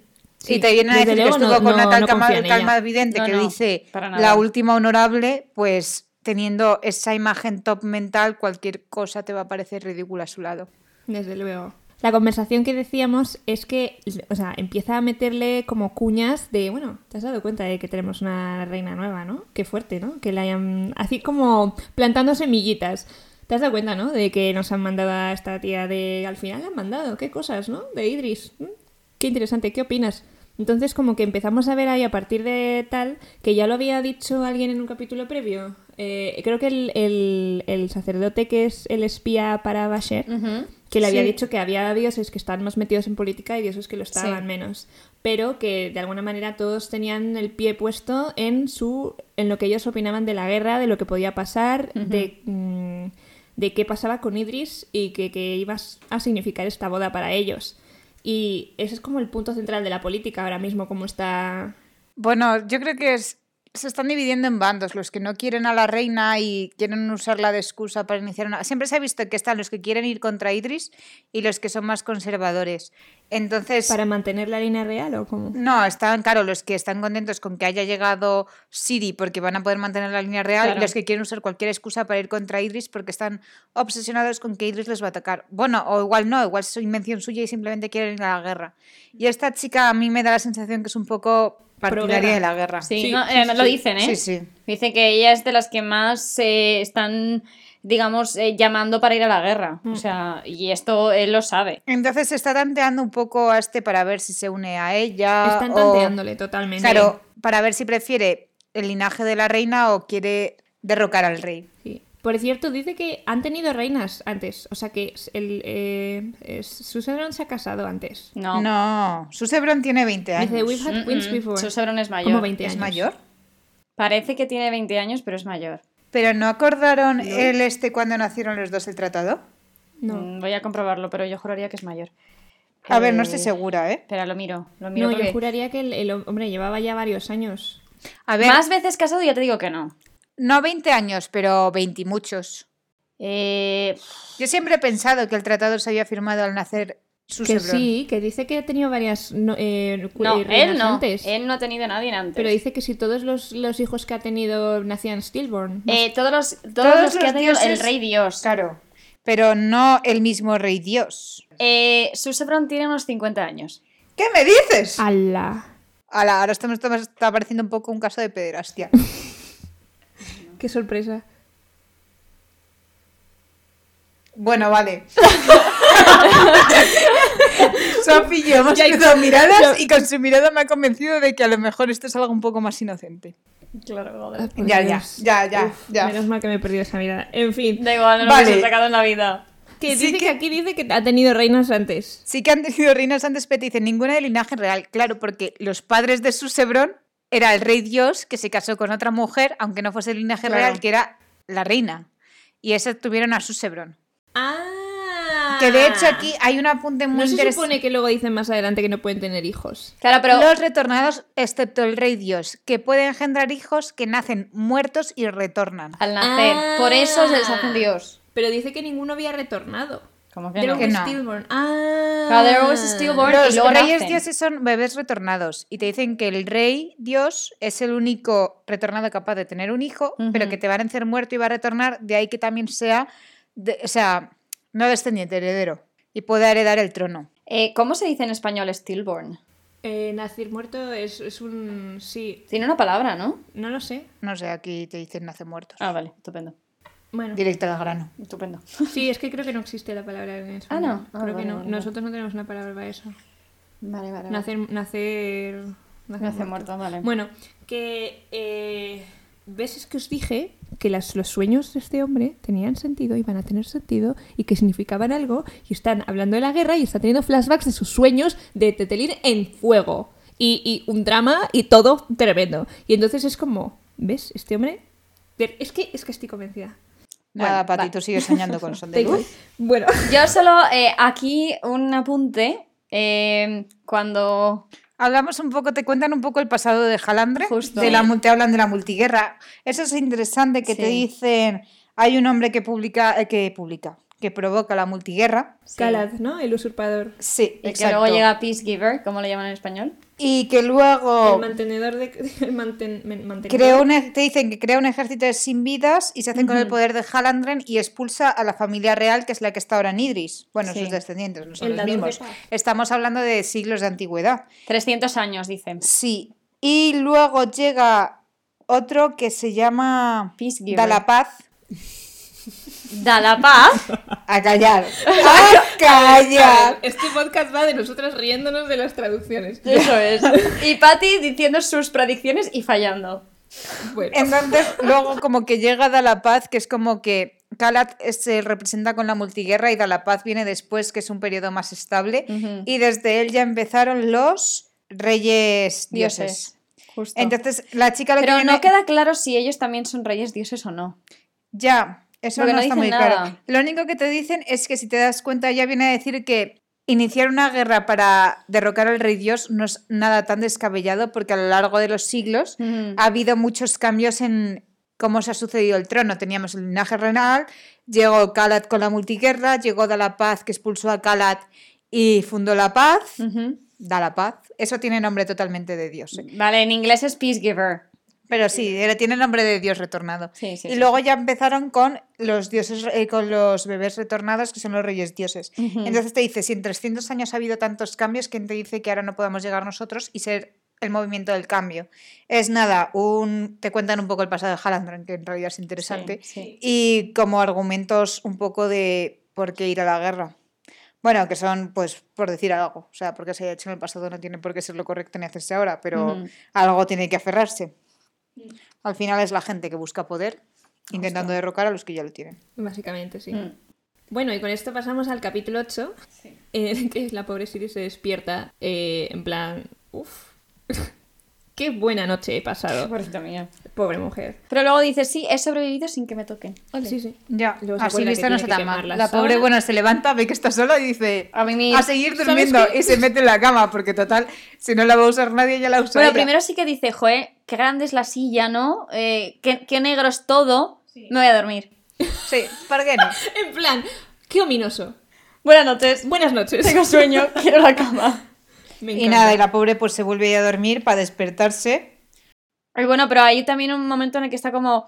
S1: y te vienen a
S5: Desde
S1: decir que
S5: luego
S1: estuvo
S5: no-
S1: con una
S5: no-
S1: tal
S5: no
S1: calma,
S5: confía en ella.
S1: calma vidente
S3: No,
S1: que
S3: no,
S1: dice
S3: para nada.
S1: la última honorable, pues teniendo esa imagen top mental, cualquier cosa te va a parecer ridícula a su lado.
S5: Desde luego. La conversación que decíamos es que, o sea, empieza a meterle como cuñas de, bueno, te has dado cuenta de que tenemos una reina nueva, ¿no? Qué fuerte, ¿no? Que la hayan, así como plantando semillitas. ¿Te has dado cuenta, no? De que nos han mandado a esta tía de, al final han mandado, qué cosas, ¿no? De Idris. ¿m? Qué interesante, ¿qué opinas? Entonces como que empezamos a ver ahí a partir de tal, que ya lo había dicho alguien en un capítulo previo. Eh, creo que el, el- el sacerdote que es el espía para Basher,
S3: Ujú.
S5: que le había
S3: Sí.
S5: dicho que había dioses que están más metidos en política y dioses que lo estaban
S3: Sí.
S5: menos. Pero que de alguna manera todos tenían el pie puesto en su en lo que ellos opinaban de la guerra, de lo que podía pasar, de, mm, de qué pasaba con Idris y que, que iba a significar esta boda para ellos. Y ese es como el punto central de la política ahora mismo, como está...
S1: Bueno, yo creo que es- se están dividiendo en bandos, los que no quieren a la reina y quieren usarla de excusa para iniciar una... Siempre se ha visto que están los que quieren ir contra Idris y los que son más conservadores. Entonces...
S5: ¿Para mantener la línea real o cómo?
S1: No, están, claro, los que están contentos con que haya llegado Siri porque van a poder mantener la línea real
S3: Claro.
S1: y los que quieren usar cualquier excusa para ir contra Idris porque están obsesionados con que Idris les va a atacar. Bueno, o igual no, igual es invención suya y simplemente quieren ir a la guerra. Y esta chica a mí me da la sensación que es un poco partidaria
S5: Pro-guerra.
S1: de la guerra.
S3: Sí,
S5: Sí,
S3: no,
S5: sí,
S3: eh,
S5: sí,
S3: lo
S5: sí.
S3: dicen, ¿eh?
S1: Sí, sí.
S3: Dice que ella es de las que más eh, están, digamos, eh, llamando para ir a la guerra. O sea, y esto él lo sabe.
S1: Entonces se está tanteando un poco a este para ver si se une a ella.
S5: Están
S1: Ah, o-
S5: tanteándole totalmente.
S3: ¿eh?
S1: Claro, para ver si prefiere el linaje de la reina o quiere derrocar al rey.
S5: Sí. Por cierto, dice que han tenido reinas antes. O sea que s- el, eh, eh, Susan se ha casado antes.
S3: No.
S1: No, Susebron tiene 20 años.
S5: Dice, we've had
S3: Mm,
S5: queens
S3: mm.
S5: before.
S3: Susebrón es mayor.
S5: Como 20
S1: ¿Es
S5: años.
S1: mayor?
S3: Parece que tiene 20 años, pero es mayor.
S1: ¿Pero no acordaron el este cuando nacieron los dos el tratado?
S5: No.
S3: Mm, Voy a comprobarlo, pero yo juraría que es mayor.
S1: A ver, no
S3: Eh,
S1: estoy segura, ¿eh?
S3: Espera, lo miro. Lo miro
S5: No,
S3: porque-
S5: yo juraría que el, el hombre llevaba ya varios años.
S1: A ver,
S3: Más veces casado ya te digo que no.
S1: no 20 años, pero 20 y muchos.
S3: Eh,
S1: Yo siempre he pensado que el tratado se había firmado al nacer su
S5: que sí, que dice que ha tenido varias no, eh, cu-
S3: no,
S5: eh, reinas
S3: él no.
S5: antes.
S3: Él no ha tenido a nadie antes.
S5: Pero dice que si todos los, los hijos que ha tenido nacían stillborn. más-
S3: Eh, todos los, todos
S1: Todos
S3: los que
S1: los
S3: ha tenido el
S1: dioses-
S3: rey dios.
S1: Claro, pero no el mismo rey dios.
S3: Eh, Susebron tiene unos 50 años.
S1: ¿Qué me dices?
S5: Ah. ¡Ala!
S1: Ala, ahora esto me está, me está pareciendo un poco un caso de pederastia.
S5: ¡Qué sorpresa!
S1: Bueno, vale. Sofi y yo hemos cruzado miradas y con su mirada me ha convencido de que a lo mejor esto es algo un poco más inocente.
S5: Ay, Ah, por
S1: Ya, ya,
S5: Dios.
S1: ya, ya, ya.
S5: Menos mal que me he perdido esa mirada. En fin.
S3: Da igual, no lo
S1: Vale.
S3: hubiese sacado en la vida.
S5: Que
S1: Sí
S5: dice que aquí dice que ha tenido reinas antes.
S1: Sí que han tenido reinas antes, pero dicen ninguna de linaje real. Claro, porque los padres de Susebrón era el rey dios que se casó con otra mujer, aunque no fuese el linaje
S5: Claro.
S1: real, que era la reina. Y esa tuvieron a Susebrón.
S5: Ah.
S1: Que de hecho aquí hay un apunte muy
S5: No se
S1: interesante.
S5: supone que luego dicen más adelante que no pueden tener hijos.
S3: Claro, pero
S1: Los retornados, excepto el rey dios, que puede engendrar hijos que nacen muertos y retornan.
S3: al nacer.
S5: Ah.
S3: Por eso se les hacen dios.
S5: Pero dice que ninguno había retornado.
S3: Como que
S5: There
S3: no.
S1: Que
S5: was
S1: no.
S5: stillborn. Ah.
S3: Claro, there was stillborn. y
S1: Los
S3: luego
S1: reyes
S3: nacen.
S1: dioses son bebés retornados y te dicen que el rey dios es el único retornado capaz de tener un hijo, pero
S3: Ujú.
S1: que te va a nacer muerto y va a retornar, de ahí que también sea, de- o sea, no descendiente, heredero, y pueda heredar el trono.
S3: Eh, ¿Cómo se dice en español stillborn?
S5: Eh, nacir muerto es, es un. Sí,
S3: Tiene una palabra, ¿no?
S5: no lo sé.
S1: No sé, aquí te dicen nace muerto.
S3: Ah, vale, estupendo.
S5: Bueno,
S1: Directo al grano.
S3: Estupendo.
S5: sí, es que creo que no existe la palabra en eso.
S3: Ah, no. Ah,
S5: creo
S3: vale,
S5: que no.
S3: vale, vale.
S5: Nosotros no tenemos una palabra para eso.
S3: Vale, vale.
S5: Nacer. Nacer.
S3: Nacer muerto, vale.
S5: Bueno, que. eh, ¿Ves? Es que os dije que las- los sueños de este hombre tenían sentido, iban a tener sentido y que significaban algo. Y están hablando de la guerra y está teniendo flashbacks de sus sueños de Tetelín en fuego. Y, y un drama y todo tremendo. Y entonces es como, ¿ves? Este hombre. Ver, Es que, es que estoy convencida.
S1: Nada,
S3: Bueno,
S1: Pati,
S3: va.
S1: tú sigues soñando con son de
S5: Da igual.
S1: luz.
S5: Bueno,
S3: Yo solo eh, aquí un apunte. eh, cuando
S1: Hablamos un poco, te cuentan un poco el pasado de Jalandre,
S3: Justo.
S1: de la, mul- te hablan de la multiguerra. Eso es interesante que te
S3: Sí.
S1: dicen, hay un hombre que publica, eh, que publica, que provoca la multiguerra.
S3: sí,
S5: Calad, ¿no? El usurpador.
S1: Sí,
S3: y que
S1: exacto.
S3: luego llega Peace Giver, ¿cómo lo llaman en español?
S1: Y que luego
S5: El mantenedor de. El manten- men- mantenedor.
S1: crea un ej- te dicen que crea un ejército de sin vidas y se hacen con el
S5: Ujú.
S1: poder de Halandren y expulsa a la familia real, que es la que está ahora en Idris. Bueno,
S3: Sí.
S1: sus descendientes, no son
S5: El
S1: los
S5: dador de
S1: mismos.
S5: paz.
S1: Estamos hablando de siglos de antigüedad.
S3: 300 años, dicen.
S1: Sí. Y luego llega otro que se llama
S3: Peacegiver.
S1: Da la Paz.
S3: Da la paz.
S1: A callar. A callar.
S5: Este podcast va de nosotras riéndonos de las traducciones.
S3: Eso es. Y Patty diciendo sus predicciones y fallando.
S5: Bueno.
S1: Entonces, luego como que llega Da la Paz, que es como que Calat eh, se representa con la multiguerra y Da la Paz viene después, que es un periodo más estable.
S3: Ujú.
S1: Y desde él ya empezaron los reyes dioses.
S3: Dioses. Justo.
S1: Entonces, la chica lo que
S3: Pero
S1: viene...
S3: no queda claro si ellos también son reyes dioses o no.
S1: Ya, eso
S3: Porque
S1: no,
S3: no
S1: está
S3: dicen
S1: muy claro.
S3: nada.
S1: Lo único que te dicen es que si te das cuenta ya viene a decir que iniciar una guerra para derrocar al rey dios no es nada tan descabellado porque a lo largo de los siglos
S3: Mm.
S1: ha habido muchos cambios en cómo se ha sucedido el trono. Teníamos el linaje renal, llegó Calat con la multiguerra, llegó Da la Paz que expulsó a Calat y fundó la paz.
S3: Ujú.
S1: Da la paz. Eso tiene nombre totalmente de Dios. ¿eh?
S3: Vale, en inglés es peace giver.
S1: Pero sí, era- tiene nombre de Dios retornado.
S3: Sí, sí,
S1: y
S3: sí.
S1: luego ya empezaron con los dioses, eh, con los bebés retornados, que son los reyes dioses.
S3: Ujú.
S1: Entonces te dice, si en 300 años ha habido tantos cambios, ¿quién te dice que ahora no podamos llegar nosotros y ser el movimiento del cambio? Es nada, un, te cuentan un poco el pasado de Halandron, que en realidad es interesante,
S3: Sí,
S1: y como argumentos un poco de por qué ir a la guerra. Bueno, que son, pues, por decir algo. O sea, porque se haya hecho en el pasado no tiene por qué ser lo correcto ni hacerse ahora, pero
S3: Ujú.
S1: algo tiene que aferrarse.
S5: Mm.
S1: Al final es la gente que busca poder intentando derrocar a los que ya lo tienen.
S5: Básicamente, sí.
S3: Mm.
S5: Bueno, y con esto pasamos al capítulo 8, en el que la pobre Siri se despierta eh, en plan, uff, qué buena noche he pasado.
S3: Pobrecita mía.
S5: Pobre mujer.
S3: Pero luego dice, sí, he sobrevivido sin que me toquen. Ole.
S5: Sí, sí.
S1: Ya,
S5: Luego se
S1: así
S5: acuerda que
S1: vista
S5: tiene
S1: no está
S5: que
S1: tan
S5: quemar
S1: mal.
S5: la
S1: La pobre
S5: sábana.
S1: buena se levanta, ve que está sola y dice
S3: A mimir.
S1: a seguir
S5: ¿Sabes
S1: durmiendo
S5: qué?
S1: y se mete en la cama porque total, si no la va a usar nadie ya la usa
S3: Bueno,
S1: ella.
S3: primero sí que dice, joe, qué grande es la silla, ¿no? Eh, qué, qué negro es todo. Me voy a dormir.
S1: Sí, ¿por qué no?
S5: En plan, qué ominoso.
S3: Buenas noches.
S5: Buenas noches.
S3: Tengo sueño, quiero la cama.
S5: Me
S1: y
S5: encanta.
S1: nada, y la pobre pues se vuelve a dormir para despertarse.
S3: Y bueno, pero hay también un momento en el que está como.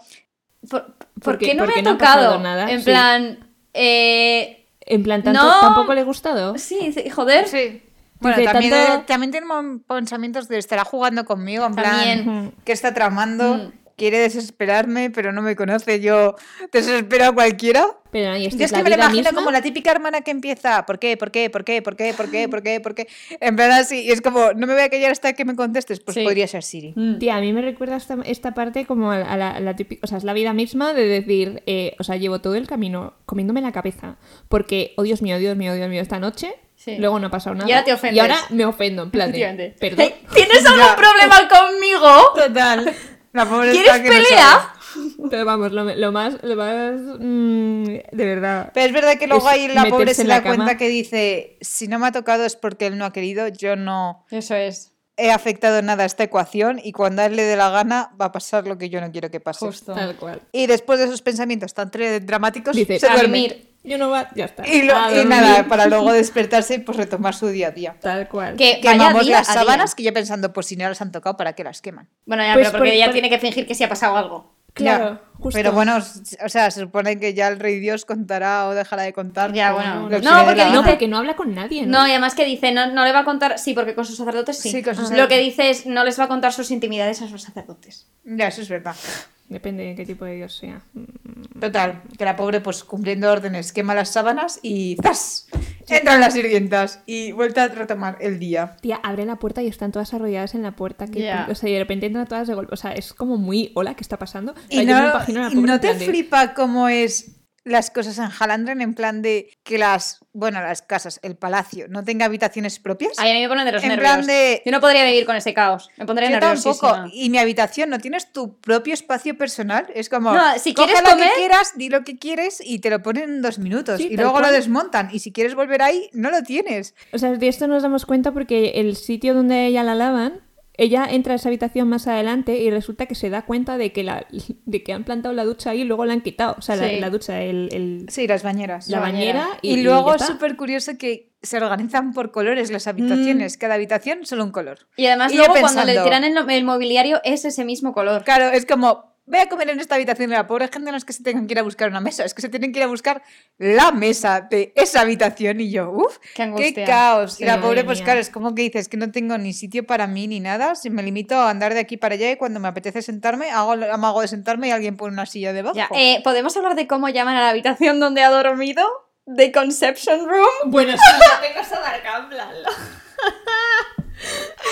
S3: ¿Por, por
S5: Porque-
S3: qué no
S5: porque
S3: me
S5: no
S3: ha
S5: ha pasado
S3: tocado?
S5: nada,
S3: en
S5: sí.
S3: plan. eh,
S5: En plan, ¿tanto,
S3: No.
S5: ¿tampoco le he gustado?
S3: sí, dice, joder.
S1: Sí. Bueno,
S5: Dice,
S1: también,
S5: tanto-
S1: también tenemos pensamientos de estará jugando conmigo, en
S3: También.
S1: plan, que está tramando?
S3: Mm.
S1: Quiere desesperarme, pero no me conoce. Yo desespero a cualquiera.
S5: Pero ahí
S3: Este,
S5: está
S1: Yo es que me lo imagino como la típica hermana que empieza, ¿por qué? ¿Por qué? ¿Por qué? ¿Por qué? ¿Por qué? ¿Por qué? ¿Por qué? En plan así, y es como, no me voy a callar hasta que me contestes. Pues
S3: Sí.
S1: podría ser Siri.
S3: Mm.
S5: Tía, a mí me recuerda esta, esta parte como a, la- a la, a la típica, o sea, es la vida misma de decir, eh, o sea, llevo todo el camino comiéndome la cabeza, porque, oh Dios mío, Dios mío, Dios mío, esta noche,
S3: Sí.
S5: luego no ha pasado nada.
S3: Y ahora te ofendes.
S5: Y ahora me ofendo, en plan, de,
S3: Efectivamente.
S5: perdón.
S3: Eh, ¿Tienes algún
S1: Ya.
S3: problema conmigo?
S1: Total. La pobre
S3: ¿Quieres
S1: está que no
S3: pelea?
S1: sabe.
S5: Pero vamos, lo, lo más, lo más, mm, de verdad.
S1: Pero es verdad que luego
S5: Es
S1: ahí la pobre
S5: meterse
S1: se
S5: en la
S1: da cuenta
S5: cama.
S1: que dice, si no me ha tocado es porque él no ha querido, yo no
S3: Eso es,
S1: he afectado nada a esta ecuación y cuando a él le dé la gana va a pasar lo que yo no quiero que pase.
S3: justo.
S5: Tal cual.
S1: Y después de esos pensamientos tan tre- dramáticos,
S5: Dice,
S1: se
S5: a
S1: duerme.
S3: dormir.
S5: Yo no va, ya está.
S1: Y, lo-
S5: A
S1: y
S5: dormir.
S1: nada, para luego despertarse y pues retomar su día a día.
S5: Tal cual.
S3: Que Eh, vaya
S1: Quemamos
S3: día
S1: las
S3: a día.
S1: sábanas que yo pensando, pues si no las han tocado, ¿para qué las queman?
S3: Bueno, ya,
S5: Pues
S3: pero porque
S5: por-
S3: ella
S5: por-
S3: tiene que fingir que sí ha pasado algo.
S5: Claro,
S1: Ya,
S5: justo.
S1: Pero bueno, s- o sea, se supone que ya el rey Dios contará o dejará de contar.
S3: Ya,
S1: o
S3: bueno.
S1: lo que
S3: No,
S1: le dé
S3: porque
S1: la
S3: dice-
S5: No,
S1: gana.
S5: porque no habla con nadie, ¿no?
S3: No, y además que dice, no, no le va a contar. Sí, porque con sus sacerdotes sí. Ah.
S1: Sí, con sus
S3: Lo
S1: sacerdotes.
S3: que dice es, no les va a contar sus intimidades a sus sacerdotes.
S1: Ya, eso es verdad.
S5: Depende de qué tipo de dios sea. Mm,
S1: Total, que la pobre, pues cumpliendo órdenes, quema las sábanas y ¡zas! Entran las sirvientas y vuelta a retomar el día.
S5: Tía, abren la puerta y están todas arrolladas en la puerta. Que,
S3: Ya.
S5: O sea, y de repente entran todas de golpe. O sea, es como muy hola, ¿qué está pasando? O sea,
S1: Y
S5: yo me
S1: no,
S5: imagino a la
S1: y
S5: pobre
S1: no
S5: en
S1: te
S5: plan de-
S1: flipa cómo es las cosas en Halandren en plan de que las, bueno, las casas, el palacio, no tenga habitaciones propias.
S3: Ahí a mí me ponen de los
S1: En
S3: nervios.
S1: plan de-
S3: Yo no podría vivir con ese caos. Me pondría
S1: Yo
S3: nerviosísima.
S1: tampoco. Y mi habitación, ¿no tienes tu propio espacio personal? Es como,
S3: No, si
S1: coge
S3: quieres
S1: lo
S3: comer-
S1: que quieras, di lo que quieres y te lo ponen en dos minutos.
S5: Sí,
S1: y
S5: tal
S1: luego
S5: cual.
S1: lo desmontan. Y si quieres volver ahí, no lo tienes.
S5: O sea, de esto nos damos cuenta porque el sitio donde ella la lavan, ella entra a esa habitación más adelante y resulta que se da cuenta de que, la, de que han plantado la ducha ahí y luego la han quitado. O sea, la,
S3: Sí.
S5: la ducha, el, el-
S1: Sí, las bañeras.
S5: la
S3: La bañera.
S5: bañera.
S1: Y, luego es súper curioso que se organizan por colores las habitaciones. Cada habitación solo un color.
S3: Y además
S1: Y yo
S3: luego cuando le
S1: pensando-
S3: tiran el, el mobiliario es ese mismo color.
S1: Claro, es como, voy a comer en esta habitación de la pobre gente, no es que se tengan que ir a buscar una mesa, es que se tienen que ir a buscar la mesa de esa habitación. Y yo, uff,
S3: Qué angustia.
S1: qué caos.
S5: Sí,
S1: y la
S5: madre
S1: pobre, pues
S5: mía.
S1: claro, es como que dices que no tengo ni sitio para mí ni nada, si me limito a andar de aquí para allá y cuando me apetece sentarme, hago el amago de sentarme y alguien pone una silla debajo.
S3: Ya, eh, ¿Podemos hablar de cómo llaman a la habitación donde ha dormido? ¿The Conception Room?
S5: Bueno,
S6: Tengo Sadarkam, plan.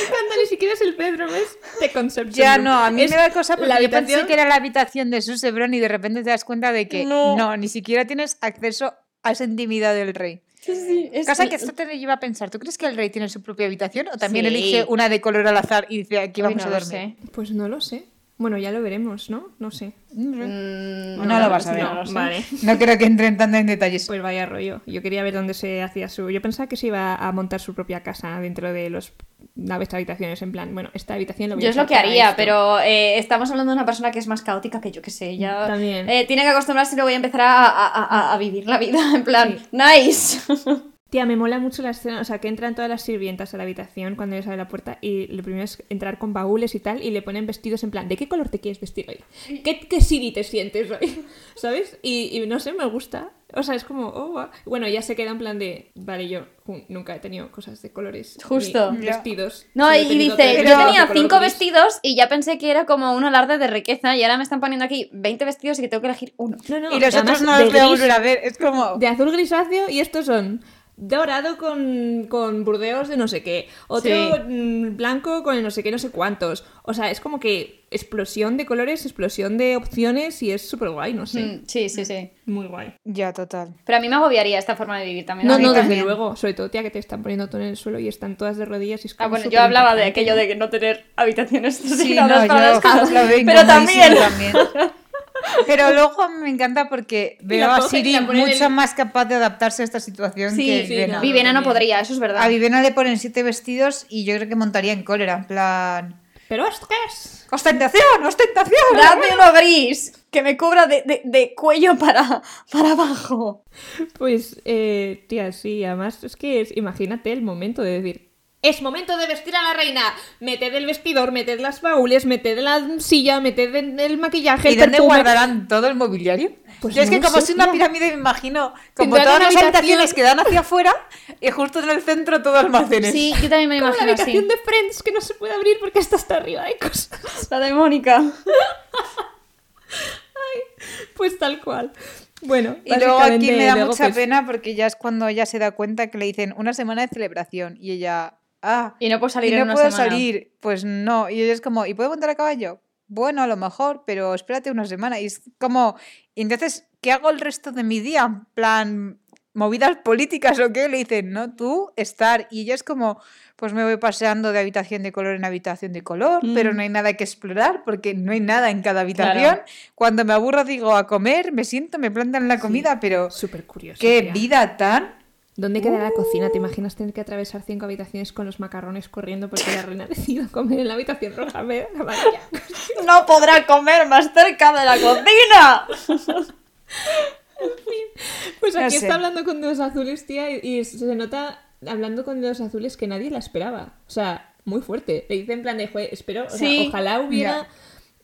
S5: cuando ni siquiera es el Pedro, ¿ves? De Concepción.
S1: Ya, no, a mí
S5: Es
S1: me da cosa porque
S5: la
S1: yo pensé
S5: habitación-
S1: que era la habitación de Susebrón y de repente te das cuenta de que
S3: No.
S1: no, ni siquiera tienes acceso a esa intimidad del rey.
S3: Sí, sí. es-
S1: Cosa que esto te lleva a pensar, ¿tú crees que el rey tiene su propia habitación o también
S3: Sí.
S1: elige una de color al azar y dice aquí
S3: Uy,
S1: vamos a
S3: no lo
S1: dormir?
S3: sé.
S5: Pues no lo sé. Bueno, ya lo veremos, ¿no? No sé.
S1: No,
S3: Mm,
S1: No lo vas a ver.
S3: no lo sé.
S5: vale.
S1: creo que entren tanto en detalles.
S5: Pues vaya rollo. Yo quería ver dónde se hacía su. Yo pensaba que se iba a montar su propia casa dentro de los naves habitaciones. En plan, bueno, esta habitación la voy a
S3: Yo es lo
S5: usar
S3: que
S5: para
S3: haría,
S5: esto.
S3: pero eh, estamos hablando de una persona que es más caótica que yo, que sé, ya...
S5: También.
S3: eh, tiene que acostumbrarse y luego voy a empezar a, a- a- a vivir la vida, en plan,
S5: Sí.
S3: nice.
S5: Tía, me mola mucho la escena, o sea, que entran todas las sirvientas a la habitación cuando ellos abren la puerta y lo primero es entrar con baúles y tal y le ponen vestidos en plan, ¿de qué color te quieres vestir hoy? ¿Qué, qué Siri te sientes hoy? ¿Sabes? Y, y no sé, me gusta. O sea, es como, oh, va. bueno, ya se queda en plan de, vale, yo ju- nunca he tenido cosas de colores. ni
S3: Justo.
S1: Ya.
S5: Vestidos.
S3: No,
S5: Solo he
S3: y
S5: tenido
S3: dice,
S5: tres
S3: yo
S1: pero-
S5: vestidos de
S3: tenía
S5: color
S3: cinco
S5: gris".
S3: vestidos y ya pensé que era como un alarde de riqueza y ahora me están poniendo aquí 20 vestidos y que tengo que elegir uno.
S5: No, no,
S1: y los otros
S5: además
S1: no
S5: de
S1: los voy a
S5: gris,
S1: volver a ver, es como...
S5: de azul grisáceo y estos son dorado con, con burdeos de no sé qué, otro
S3: Sí.
S5: mm, blanco con el no sé qué, no sé cuántos. O sea, es como que explosión de colores, explosión de opciones y es súper guay, no sé.
S3: Mm, Sí, sí, sí.
S5: Muy guay.
S1: Ya, total.
S3: Pero a mí me agobiaría esta forma de vivir también.
S5: No,
S3: A mí
S5: no,
S3: también.
S5: desde luego. Sobre todo, tía, que te están poniendo todo en el suelo y están todas de rodillas y es
S3: Ah,
S5: como
S3: bueno, yo
S5: súper
S3: hablaba de
S5: impactante.
S3: aquello de que no tener habitaciones
S1: Sí,
S3: asignadas
S1: no,
S3: para
S1: yo
S3: las cosas,
S1: lo veo
S3: pero
S1: incomodísimo
S3: también.
S1: también. Pero luego me encanta porque veo a
S5: cogen y
S1: Siri
S5: la ponen en
S1: mucho
S5: el-
S1: más capaz de adaptarse a esta situación
S5: Sí,
S1: que
S5: sí,
S1: Vena.
S5: no.
S3: Viviana no
S5: también.
S3: podría, eso es verdad.
S1: A Vivena le ponen siete vestidos y yo creo que montaría en cólera, en plan...
S5: Pero ostras.
S1: ¡Ostentación! ¡Ostentación!
S3: Dame uno gris que me cubra de, de- de cuello para, para abajo.
S5: Pues, eh, tía, sí, además es que es- imagínate el momento de decir. Es momento de vestir a la reina. Meted el vestidor, meted las baúles, meted la silla, meted en el maquillaje.
S1: ¿Y
S5: el
S1: dónde
S5: perfume.
S1: guardarán todo el mobiliario?
S5: Pues
S1: Yo es
S5: no
S1: que
S5: lo
S1: como
S5: sé,
S1: es una
S5: tía.
S1: pirámide, me imagino, como
S5: Tendrán
S1: todas
S5: una
S1: las habitaciones
S5: habitación-
S1: que dan hacia afuera y justo en el centro todo almacenes.
S3: Sí, yo también me lo
S5: Como la
S3: imagino
S5: habitación
S3: así.
S5: de Friends que no se puede abrir porque está hasta arriba de cosas.
S3: La de Mónica.
S5: Pues tal cual. Bueno,
S1: Y luego aquí
S5: básicamente,
S1: me da
S5: luego,
S1: mucha
S5: pues,
S1: pena porque ya es cuando ella se da cuenta que le dicen una semana de celebración y ella, ah,
S3: Y no puedo
S1: y
S3: salir en
S1: no
S3: una
S1: puedo
S3: semana.
S1: salir, pues no. Y ella es como, ¿y puedo montar a caballo? Bueno, a lo mejor, pero espérate una semana. Y es como, y entonces, ¿qué hago el resto de mi día? En plan, movidas políticas o qué? Le dicen, no, tú estar. Y ella es como, pues me voy paseando de habitación de color en habitación de color,
S5: Mm.
S1: pero no hay nada que explorar porque no hay nada en cada habitación. Cuando me aburro digo a comer, me siento, me plantan la comida, pero...
S5: Súper curioso.
S1: ¡Qué Uh.
S5: tía.
S1: vida tan!
S5: ¿Dónde queda la cocina? ¿Te imaginas tener que atravesar cinco habitaciones con los macarrones corriendo porque la reina ha decidido comer en la habitación roja? Me da la maravilla.
S3: No podrá comer más cerca de la cocina.
S5: Pues
S1: No
S5: aquí
S1: sé.
S5: está hablando con dedos azules, tía, y, y se nota hablando con dedos azules que nadie la esperaba. O sea, muy fuerte. Le dice en plan de, "Jue, espero, o sea,
S3: Sí,
S5: ojalá hubiera...
S1: ya.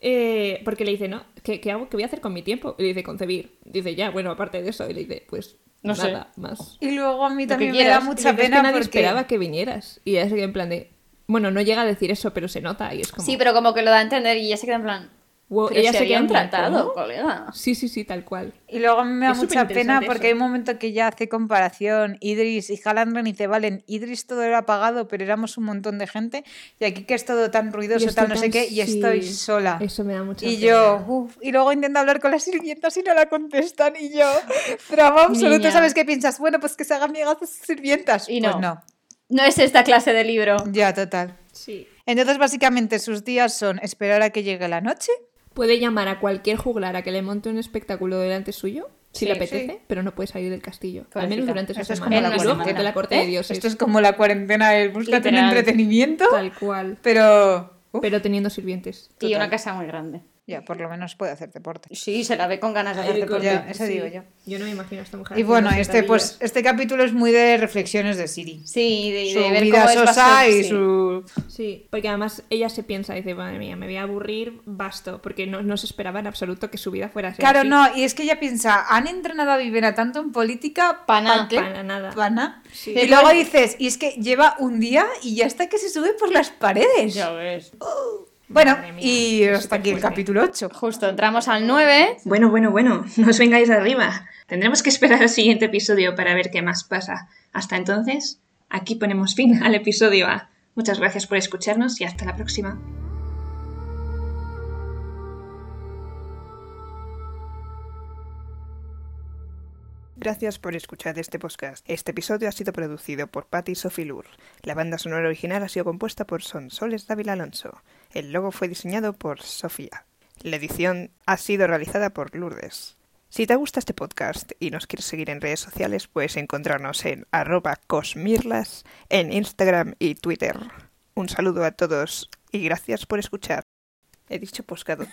S5: eh, porque le dice, no, ¿qué, qué hago? ¿Qué voy a hacer con mi tiempo? Y le dice, concebir. Dice, ya, bueno, aparte de eso. Y le dice, pues
S3: No sé.
S5: nada más.
S1: Y luego a mí también me
S3: quieras.
S1: da
S3: Y
S5: Y le
S1: mucha
S5: dice, "Es que
S1: pena
S5: nadie
S1: porque...
S5: esperaba que vinieras. Y ella se queda en plan de, bueno, no llega a decir eso, pero se nota. Y es como...
S3: Sí, pero como que lo da a entender y ya se queda en plan.
S5: Wow,
S3: Pero
S5: ella
S3: se
S5: se queda
S3: habían
S5: en blanco,
S3: tratado,
S5: ¿no?
S3: colega.
S5: Sí, sí, sí, tal cual.
S1: Y luego a mí me da
S5: Es
S1: mucha pena
S5: superinteresante
S1: porque
S5: eso. ¿eh?
S1: hay un momento que ya hace comparación Idris y Halandron y dice, valen, Idris todo era apagado, pero éramos un montón de gente y aquí que es todo tan ruidoso,
S5: Y estoy
S1: tal no sé
S5: tan-
S1: qué, y estoy
S5: sí,
S1: sola.
S5: Eso me da mucha
S1: Y
S5: pena.
S1: yo, uff, y luego intento hablar con las sirvientas y no la contestan y yo, drama absoluto,
S3: Niña.
S1: ¿sabes qué piensas? Bueno, pues que se hagan amigas de sus sirvientas.
S3: Y
S1: Pues
S3: no.
S1: no,
S3: No es esta clase de libro.
S1: ya, total.
S5: Sí.
S1: Entonces, básicamente, sus días son esperar a que llegue la noche,
S5: Puede llamar a cualquier juglar a que le monte un espectáculo delante suyo, si
S3: Sí,
S5: le apetece, pero no puede salir del castillo. Al menos
S3: Pobrecita.
S5: durante esa
S1: Esto es
S5: semana.
S1: como la
S5: Y luego,
S3: cuarentena.
S5: de la corte
S3: ¿Eh?
S5: de dioses.
S1: esto es como la cuarentena, el búscate un
S3: Literal.
S1: entretenimiento,
S5: tal cual.
S1: pero... uf,
S5: Pero teniendo sirvientes.
S3: Y
S1: Total.
S3: una casa muy grande.
S1: Ya, por lo menos puede hacer deporte.
S3: Sí, se la ve con ganas de hacer
S1: con-
S3: deporte.
S1: ya, eso digo yo.
S5: Yo no me imagino a esta mujer.
S1: Y
S5: haciendo
S1: bueno, este, pues,
S5: sentadillas.
S1: este capítulo es muy de reflexiones de Siri.
S3: Sí, de,
S1: Su
S3: de ver
S1: vida
S3: cómo es
S1: sosa
S3: bastante-
S1: y
S3: sí.
S1: su...
S5: Sí, porque además ella se piensa, dice, madre mía, me voy a aburrir, basto, porque no, no se esperaba en absoluto que su vida fuera así.
S1: Claro, no, y es que ella piensa, han entrenado a Vivena tanto en política
S3: Pa' na,
S1: pa' qué?
S5: Para nada.
S1: Pa' na. Y
S3: Pero
S1: luego
S3: bueno.
S1: dices, y es que lleva un día y ya está que se sube por las paredes.
S3: Ya ves.
S1: Bueno,
S5: Madre mía,
S1: y
S5: es
S1: hasta aquí el
S5: superfuerte.
S1: capítulo 8.
S3: Justo, entramos al 9.
S7: Bueno, bueno, bueno, no os vengáis arriba. Tendremos que esperar al siguiente episodio para ver qué más pasa. Hasta entonces, aquí ponemos fin al episodio A. Muchas gracias por escucharnos y hasta la próxima.
S8: Gracias por escuchar este podcast. Este episodio ha sido producido por Patty Sofilur. La banda sonora original ha sido compuesta por Sonsoles Dávila Alonso. El logo fue diseñado por Sofía. La edición ha sido realizada por Lourdes. Si te gusta este podcast y nos quieres seguir en redes sociales, puedes encontrarnos en arroba cosmirlas en Instagram y Twitter. Un saludo a todos y gracias por escuchar. He dicho poscado.